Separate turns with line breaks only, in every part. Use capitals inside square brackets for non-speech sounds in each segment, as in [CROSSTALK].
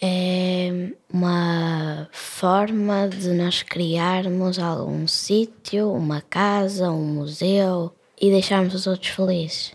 É forma de nós criarmos algum sítio, uma casa, um museu e deixarmos os outros felizes.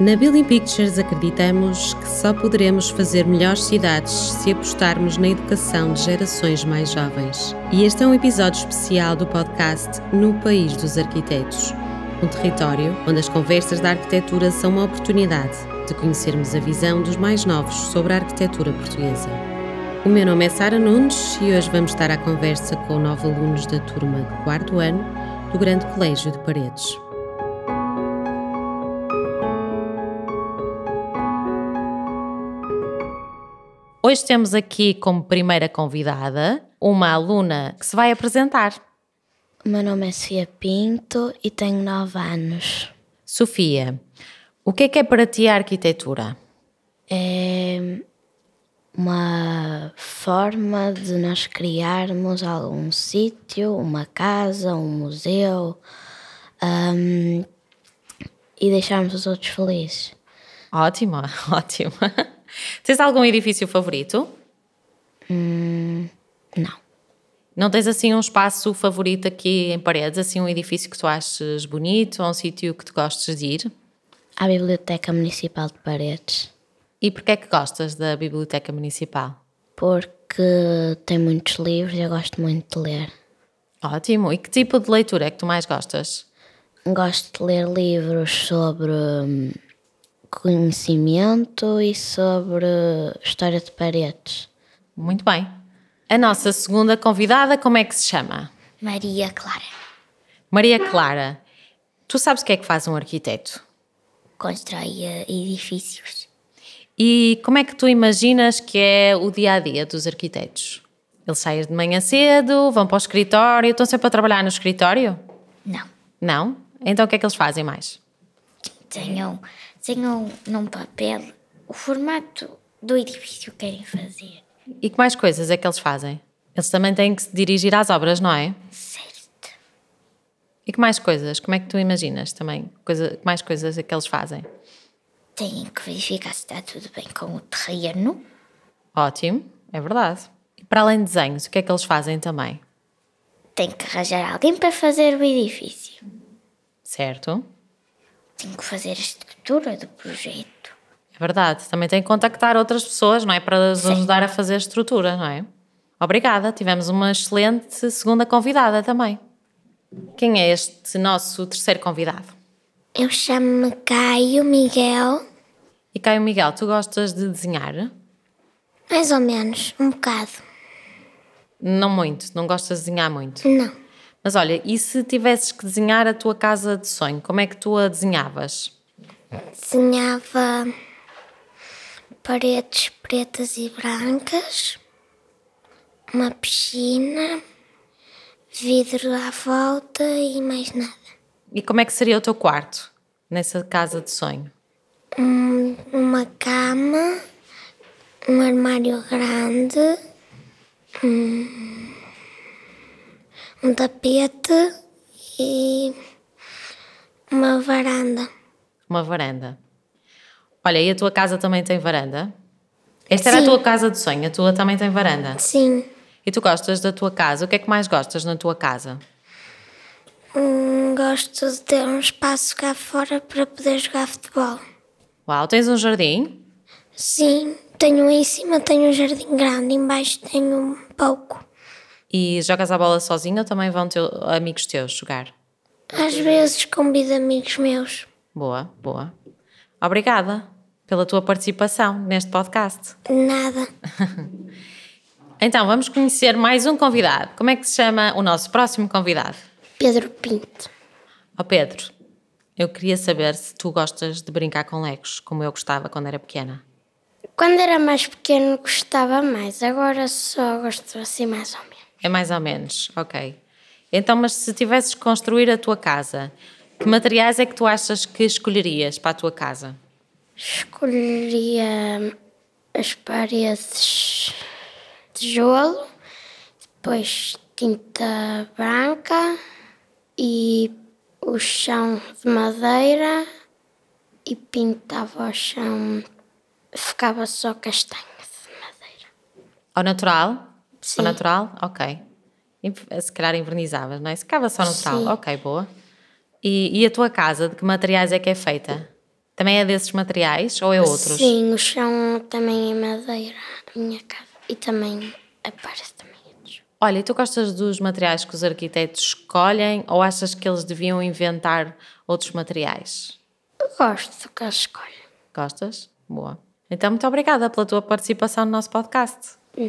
Na Building Pictures acreditamos que só poderemos fazer melhores cidades se apostarmos na educação de gerações mais jovens. E este é um episódio especial do podcast No País dos Arquitetos, um território onde as conversas da arquitetura são uma oportunidade de conhecermos a visão dos mais novos sobre a arquitetura portuguesa. O meu nome é Sara Nunes e hoje vamos estar à conversa com nove alunos da turma de quarto ano do Grande Colégio de Paredes.
Hoje temos aqui como primeira convidada uma aluna que se vai apresentar.
O meu nome é Sofia Pinto e tenho 9 anos.
Sofia, o que é que é para ti a arquitetura?
É uma forma de nós criarmos algum sítio, uma casa, um museu hum, e deixarmos os outros felizes.
Ótima, [LAUGHS] ótima. Tens algum edifício favorito?
Hum, não.
Não tens assim um espaço favorito aqui em paredes, assim um edifício que tu aches bonito ou um sítio que tu gostes de ir?
À Biblioteca Municipal de Paredes,
E porquê é que gostas da Biblioteca Municipal?
porque tem muitos livros e eu gosto muito de ler.
Ótimo. E que tipo de leitura é que tu mais gostas?
Gosto de ler livros sobre hum, conhecimento e sobre história de paredes.
Muito bem. A nossa segunda convidada, como é que se chama?
Maria Clara.
Maria Clara. Tu sabes o que é que faz um arquiteto?
Constrói
eh,
edifícios.
E como é que tu imaginas que é o dia a dia dos arquitetos? Eles saem de manhã cedo, vão para o escritório, estão sempre a trabalhar no escritório?
Não.
Não? Então o que é que eles fazem mais?
Tenham, tenham num papel o formato do edifício que querem fazer.
E que mais coisas é que eles fazem? Eles também têm que se dirigir às obras, não é?
Certo.
E que mais coisas? Como é que tu imaginas também? Coisa, que mais coisas é que eles fazem?
Têm que verificar se está tudo bem com o terreno.
Ótimo, é verdade. E para além de desenhos, o que é que eles fazem também?
Tem que arranjar alguém para fazer o edifício.
Certo?
Tem que fazer a estrutura do projeto.
É verdade. Também tem que contactar outras pessoas, não é? Para as ajudar a fazer a estrutura, não é? Obrigada. Tivemos uma excelente segunda convidada também. Quem é este nosso terceiro convidado?
Eu chamo-me Caio Miguel.
E Caio Miguel, tu gostas de desenhar?
Mais ou menos, um bocado.
Não muito, não gostas de desenhar muito.
Não.
Mas olha, e se tivesses que desenhar a tua casa de sonho, como é que tu a desenhavas?
Desenhava paredes pretas e brancas, uma piscina, vidro à volta e mais nada.
E como é que seria o teu quarto nessa casa de sonho?
Uma cama, um armário grande, hum, um tapete e uma varanda.
Uma varanda. Olha, e a tua casa também tem varanda? Esta era a
Sim.
tua casa de sonho, a tua também tem varanda.
Sim.
E tu gostas da tua casa? O que é que mais gostas na tua casa?
Hum, gosto de ter um espaço cá fora para poder jogar futebol.
Uau, tens um jardim?
Sim, tenho em cima tenho um jardim grande, embaixo tenho um pouco.
E jogas a bola sozinho ou também vão teu, amigos teus jogar?
Às vezes convido amigos meus.
Boa, boa. Obrigada pela tua participação neste podcast.
Nada.
Então, vamos conhecer mais um convidado. Como é que se chama o nosso próximo convidado?
Pedro Pinto.
Ó Pedro, eu queria saber se tu gostas de brincar com legos, como eu gostava quando era pequena.
Quando era mais pequeno gostava mais, agora só gosto assim mais ou menos.
É mais ou menos, ok. Então, mas se tivesses que construir a tua casa, que materiais é que tu achas que escolherias para a tua casa?
Escolheria as paredes tijolo, depois tinta branca e o chão de madeira e pintava o chão, ficava só castanho de madeira.
Ao natural?
Sim.
Ao natural? Ok. Em- Se calhar envernizavas, não é? Secava só ao natural.
Sim.
Ok, boa. E, e a tua casa, de que materiais é que é feita? Também é desses materiais ou é outros?
Sim, o chão também é madeira, a minha casa. E também a parede também é tijolo.
Olha, e tu gostas dos materiais que os arquitetos escolhem ou achas que eles deviam inventar outros materiais?
Eu gosto do que eles escolhem.
Gostas? Boa. Então, muito obrigada pela tua participação no nosso podcast. [LAUGHS]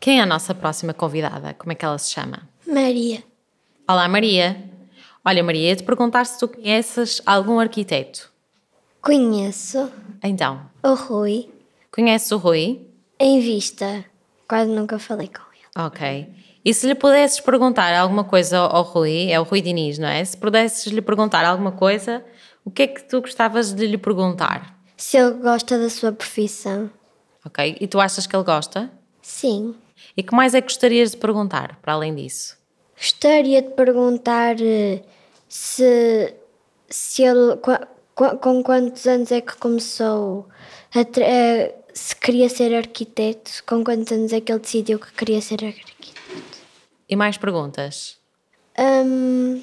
Quem é a nossa próxima convidada? Como é que ela se chama?
Maria.
Olá, Maria. Olha, Maria, ia-te perguntar se tu conheces algum arquiteto.
Conheço
Então,
o Rui
conheces o Rui?
em vista. Quase nunca falei com ele.
Ok. E se lhe pudesses perguntar alguma coisa ao ao Rui, é o Rui Diniz, não é? Se pudesses lhe perguntar alguma coisa, o que é que tu gostavas de lhe perguntar?
Se ele gosta da sua profissão,
Ok? E tu achas que ele gosta?
sim.
E que mais é que gostarias de perguntar, para além disso?
Gostaria de perguntar eh, se, se ele. qua- qua- com quantos anos é que começou a, tra- eh, se queria ser arquiteto? Com quantos anos é que ele decidiu que queria ser arquiteto?
E mais perguntas?
Hum,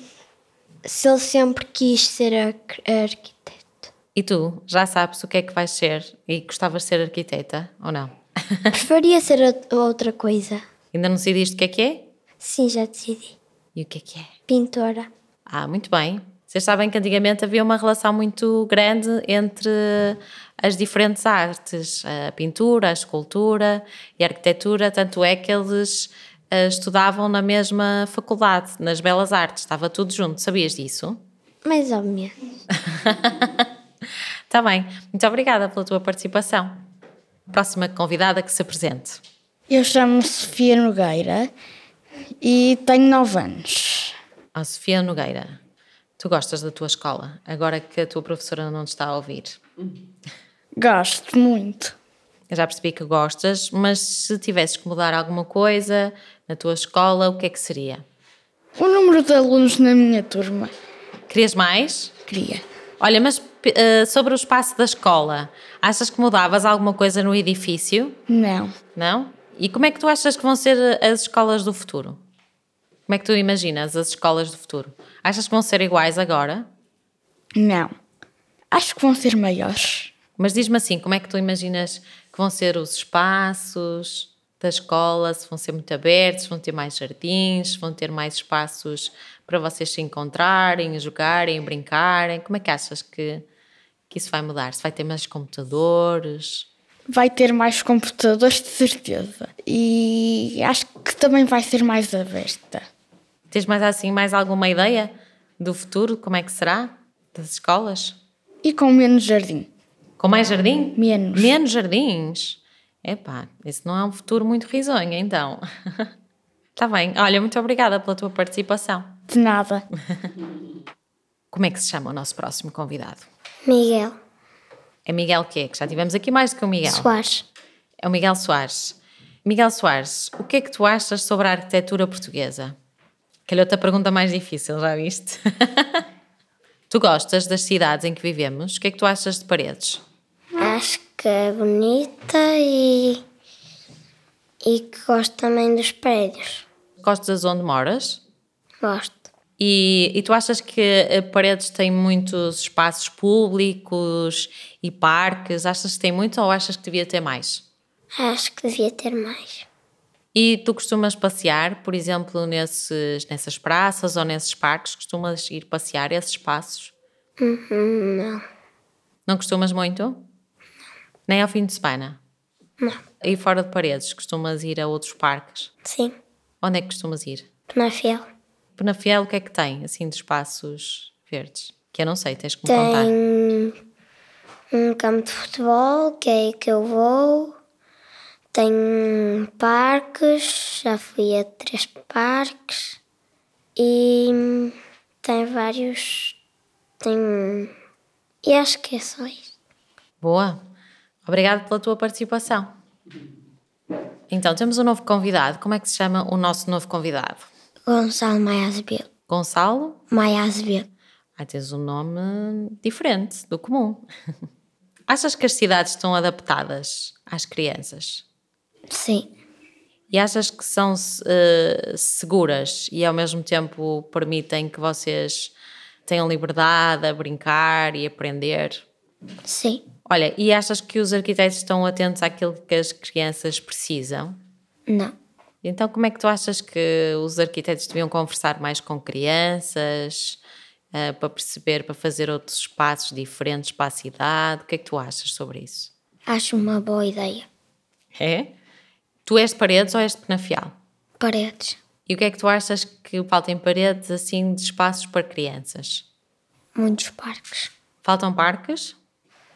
se ele sempre quis ser arqu- arquiteto.
E tu, já sabes o que é que vais ser e gostavas de ser arquiteta ou não? [LAUGHS]
Preferia ser ou- outra coisa.
Ainda não decidiste o que é que é?
Sim, já decidi.
E o que é que é?
Pintora.
Ah, muito bem. Vocês sabem que antigamente havia uma relação muito grande entre as diferentes artes, a pintura, a escultura e a arquitetura, tanto é que eles eh, estudavam na mesma faculdade, nas belas artes, estava tudo junto, sabias disso?
Mais ou menos.
Está Tá bem, muito obrigada pela tua participação. Próxima convidada que se apresente.
Eu chamo Sofia Nogueira e tenho 9 anos.
A Sofia Nogueira, tu gostas da tua escola, agora que a tua professora não te está a ouvir.
Gosto muito.
Eu já percebi que gostas, mas se tivesses que mudar alguma coisa na tua escola, o que é que seria?
O número de alunos na minha turma.
Querias mais?
Queria.
Olha, mas p- eh, sobre o espaço da escola, achas que mudavas alguma coisa no edifício?
Não.
Não? E como é que tu achas que vão ser as escolas do futuro? Como é que tu imaginas as escolas do futuro? Achas que vão ser iguais agora?
Não. Acho que vão ser maiores.
Mas diz-me assim, como é que tu imaginas que vão ser os espaços da escola? Se vão ser muito abertos, vão ter mais jardins, vão ter mais espaços para vocês se encontrarem, jogarem, brincarem? Como é que achas que, que isso vai mudar? Se vai ter mais computadores?
Vai ter mais computadores, de certeza. E acho que também vai ser mais aberta.
Tens mais assim mais alguma ideia do futuro? Como é que será das escolas?
E com menos jardim.
Com mais jardim?
Menos.
Menos jardins? Epá, isso não é um futuro muito risonho, então. [LAUGHS] Está bem. Olha, muito obrigada pela tua participação.
De nada.
Como é que se chama o nosso próximo convidado?
Miguel
É Miguel quê? Que já tivemos aqui mais do que o Miguel.
Soares.
É o Miguel Soares. Miguel Soares, o que é que tu achas sobre a arquitetura portuguesa? Calhou outra pergunta mais difícil, já viste? [LAUGHS] tu gostas das cidades em que vivemos? O que é que tu achas de paredes?
Acho que é bonita e, e que gosto também dos prédios.
Gostas onde moras?
Gosto.
E, e tu achas que eh, Paredes tem muitos espaços públicos e parques? Achas que tem muito ou achas que devia ter mais?
Acho que devia ter mais.
E tu costumas passear, por exemplo, nesses, nessas praças ou nesses parques? Costumas ir passear esses espaços? Uhum, não. Não costumas muito? Nem ao fim de semana? Não. E fora de Paredes, costumas ir a outros parques?
Sim. é
Onde é que costumas ir?
Penafiel.
Penafiel, o que é que tem, assim, de espaços verdes? Que eu não sei, tens que me contar.
Tem um campo de futebol, que é aí que eu vou. Tem parques, já fui a três parques. E tem vários. Tem. E acho que é só isso.
Boa. Obrigada pela tua participação. Então, temos um novo convidado. Como é que se chama o nosso novo convidado?
Gonçalo Maia Azevedo.
Gonçalo?
Maia Azevedo.
Ah, tens um nome diferente do comum. [LAUGHS] Achas que as cidades estão adaptadas às crianças?
Sim.
E achas que são eh, seguras e ao mesmo tempo permitem que vocês tenham liberdade a brincar e aprender?
Sim.
Olha, e achas que os arquitetos estão atentos àquilo que as crianças precisam?
Não.
Então, como é que tu achas que os arquitetos deviam conversar mais com crianças eh, para perceber, para fazer outros espaços diferentes para a cidade? O que é que tu achas sobre isso?
Acho uma boa ideia.
É? Tu és de paredes ou és de penafial?
Paredes.
E o que é que tu achas que faltam em paredes assim de espaços para crianças?
Muitos parques.
Faltam parques?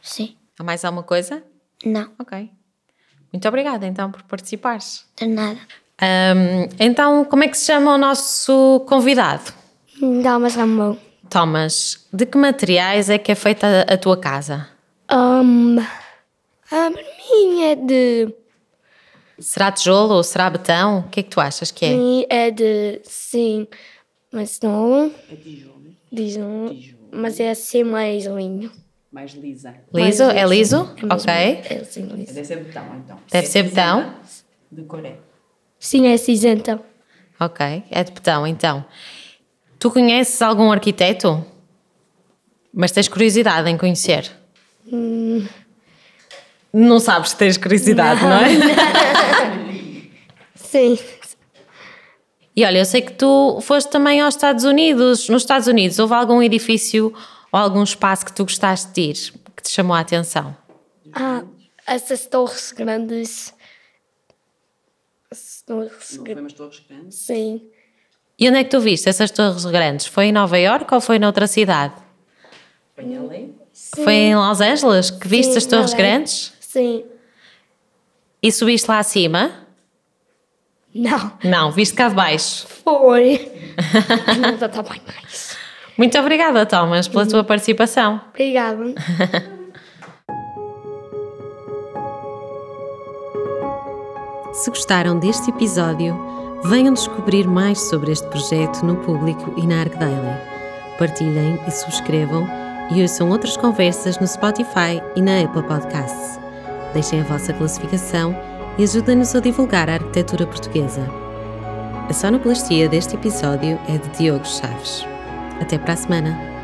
Sim.
Há mais alguma coisa?
Não.
Ok. Muito obrigada então por participares.
De nada.
Ahm, então, como é que se chama o nosso convidado?
Dá uma Ramon.
Thomas, de que materiais é que é feita a, a tua casa?
Um, a minha é de.
Será tijolo ou será betão? O que é que tu achas que é?
minha É de. Sim, mas não.
É
Diz um. Mas é assim mais lindo.
mais lisa.
Liso? É liso? Ok.
É assim lindo.
Deve ser betão, então.
Deve ser betão?
De Coré.
Sim, é cinzenta.
Ok, é de betão, então. Tu conheces algum arquiteto? Mas tens curiosidade em conhecer? Hum. Não sabes que tens curiosidade, não, é?
Sim.
[LAUGHS] E olha, eu sei que tu foste também aos Estados Unidos. Nos Estados Unidos, houve algum edifício ou algum espaço que tu gostaste de ir que te chamou a atenção?
Ah, essas torres grandes. As torres
Não
grandes.
foi umas torres grandes?
Sim.
E onde é que tu viste essas torres grandes? Foi em Nova Iorque ou foi noutra cidade?
Foi em LA?
Foi em Los Angeles que viste
Sim,
as torres
LA.
grandes?
Sim.
E subiste lá acima?
Não.
Não, viste cá de baixo.
Foi. Não dá tamanho mais.
Muito obrigada, Thomas, pela tua participação.
Obrigada.
Se gostaram deste episódio, venham descobrir mais sobre este projeto no público e na Arc Daily. Partilhem e subscrevam e ouçam outras conversas no Spotify e na Apple Podcasts. Deixem a vossa classificação e ajudem-nos a divulgar a arquitetura portuguesa. A sonoplastia deste episódio é de Diogo Chaves. Até para a semana!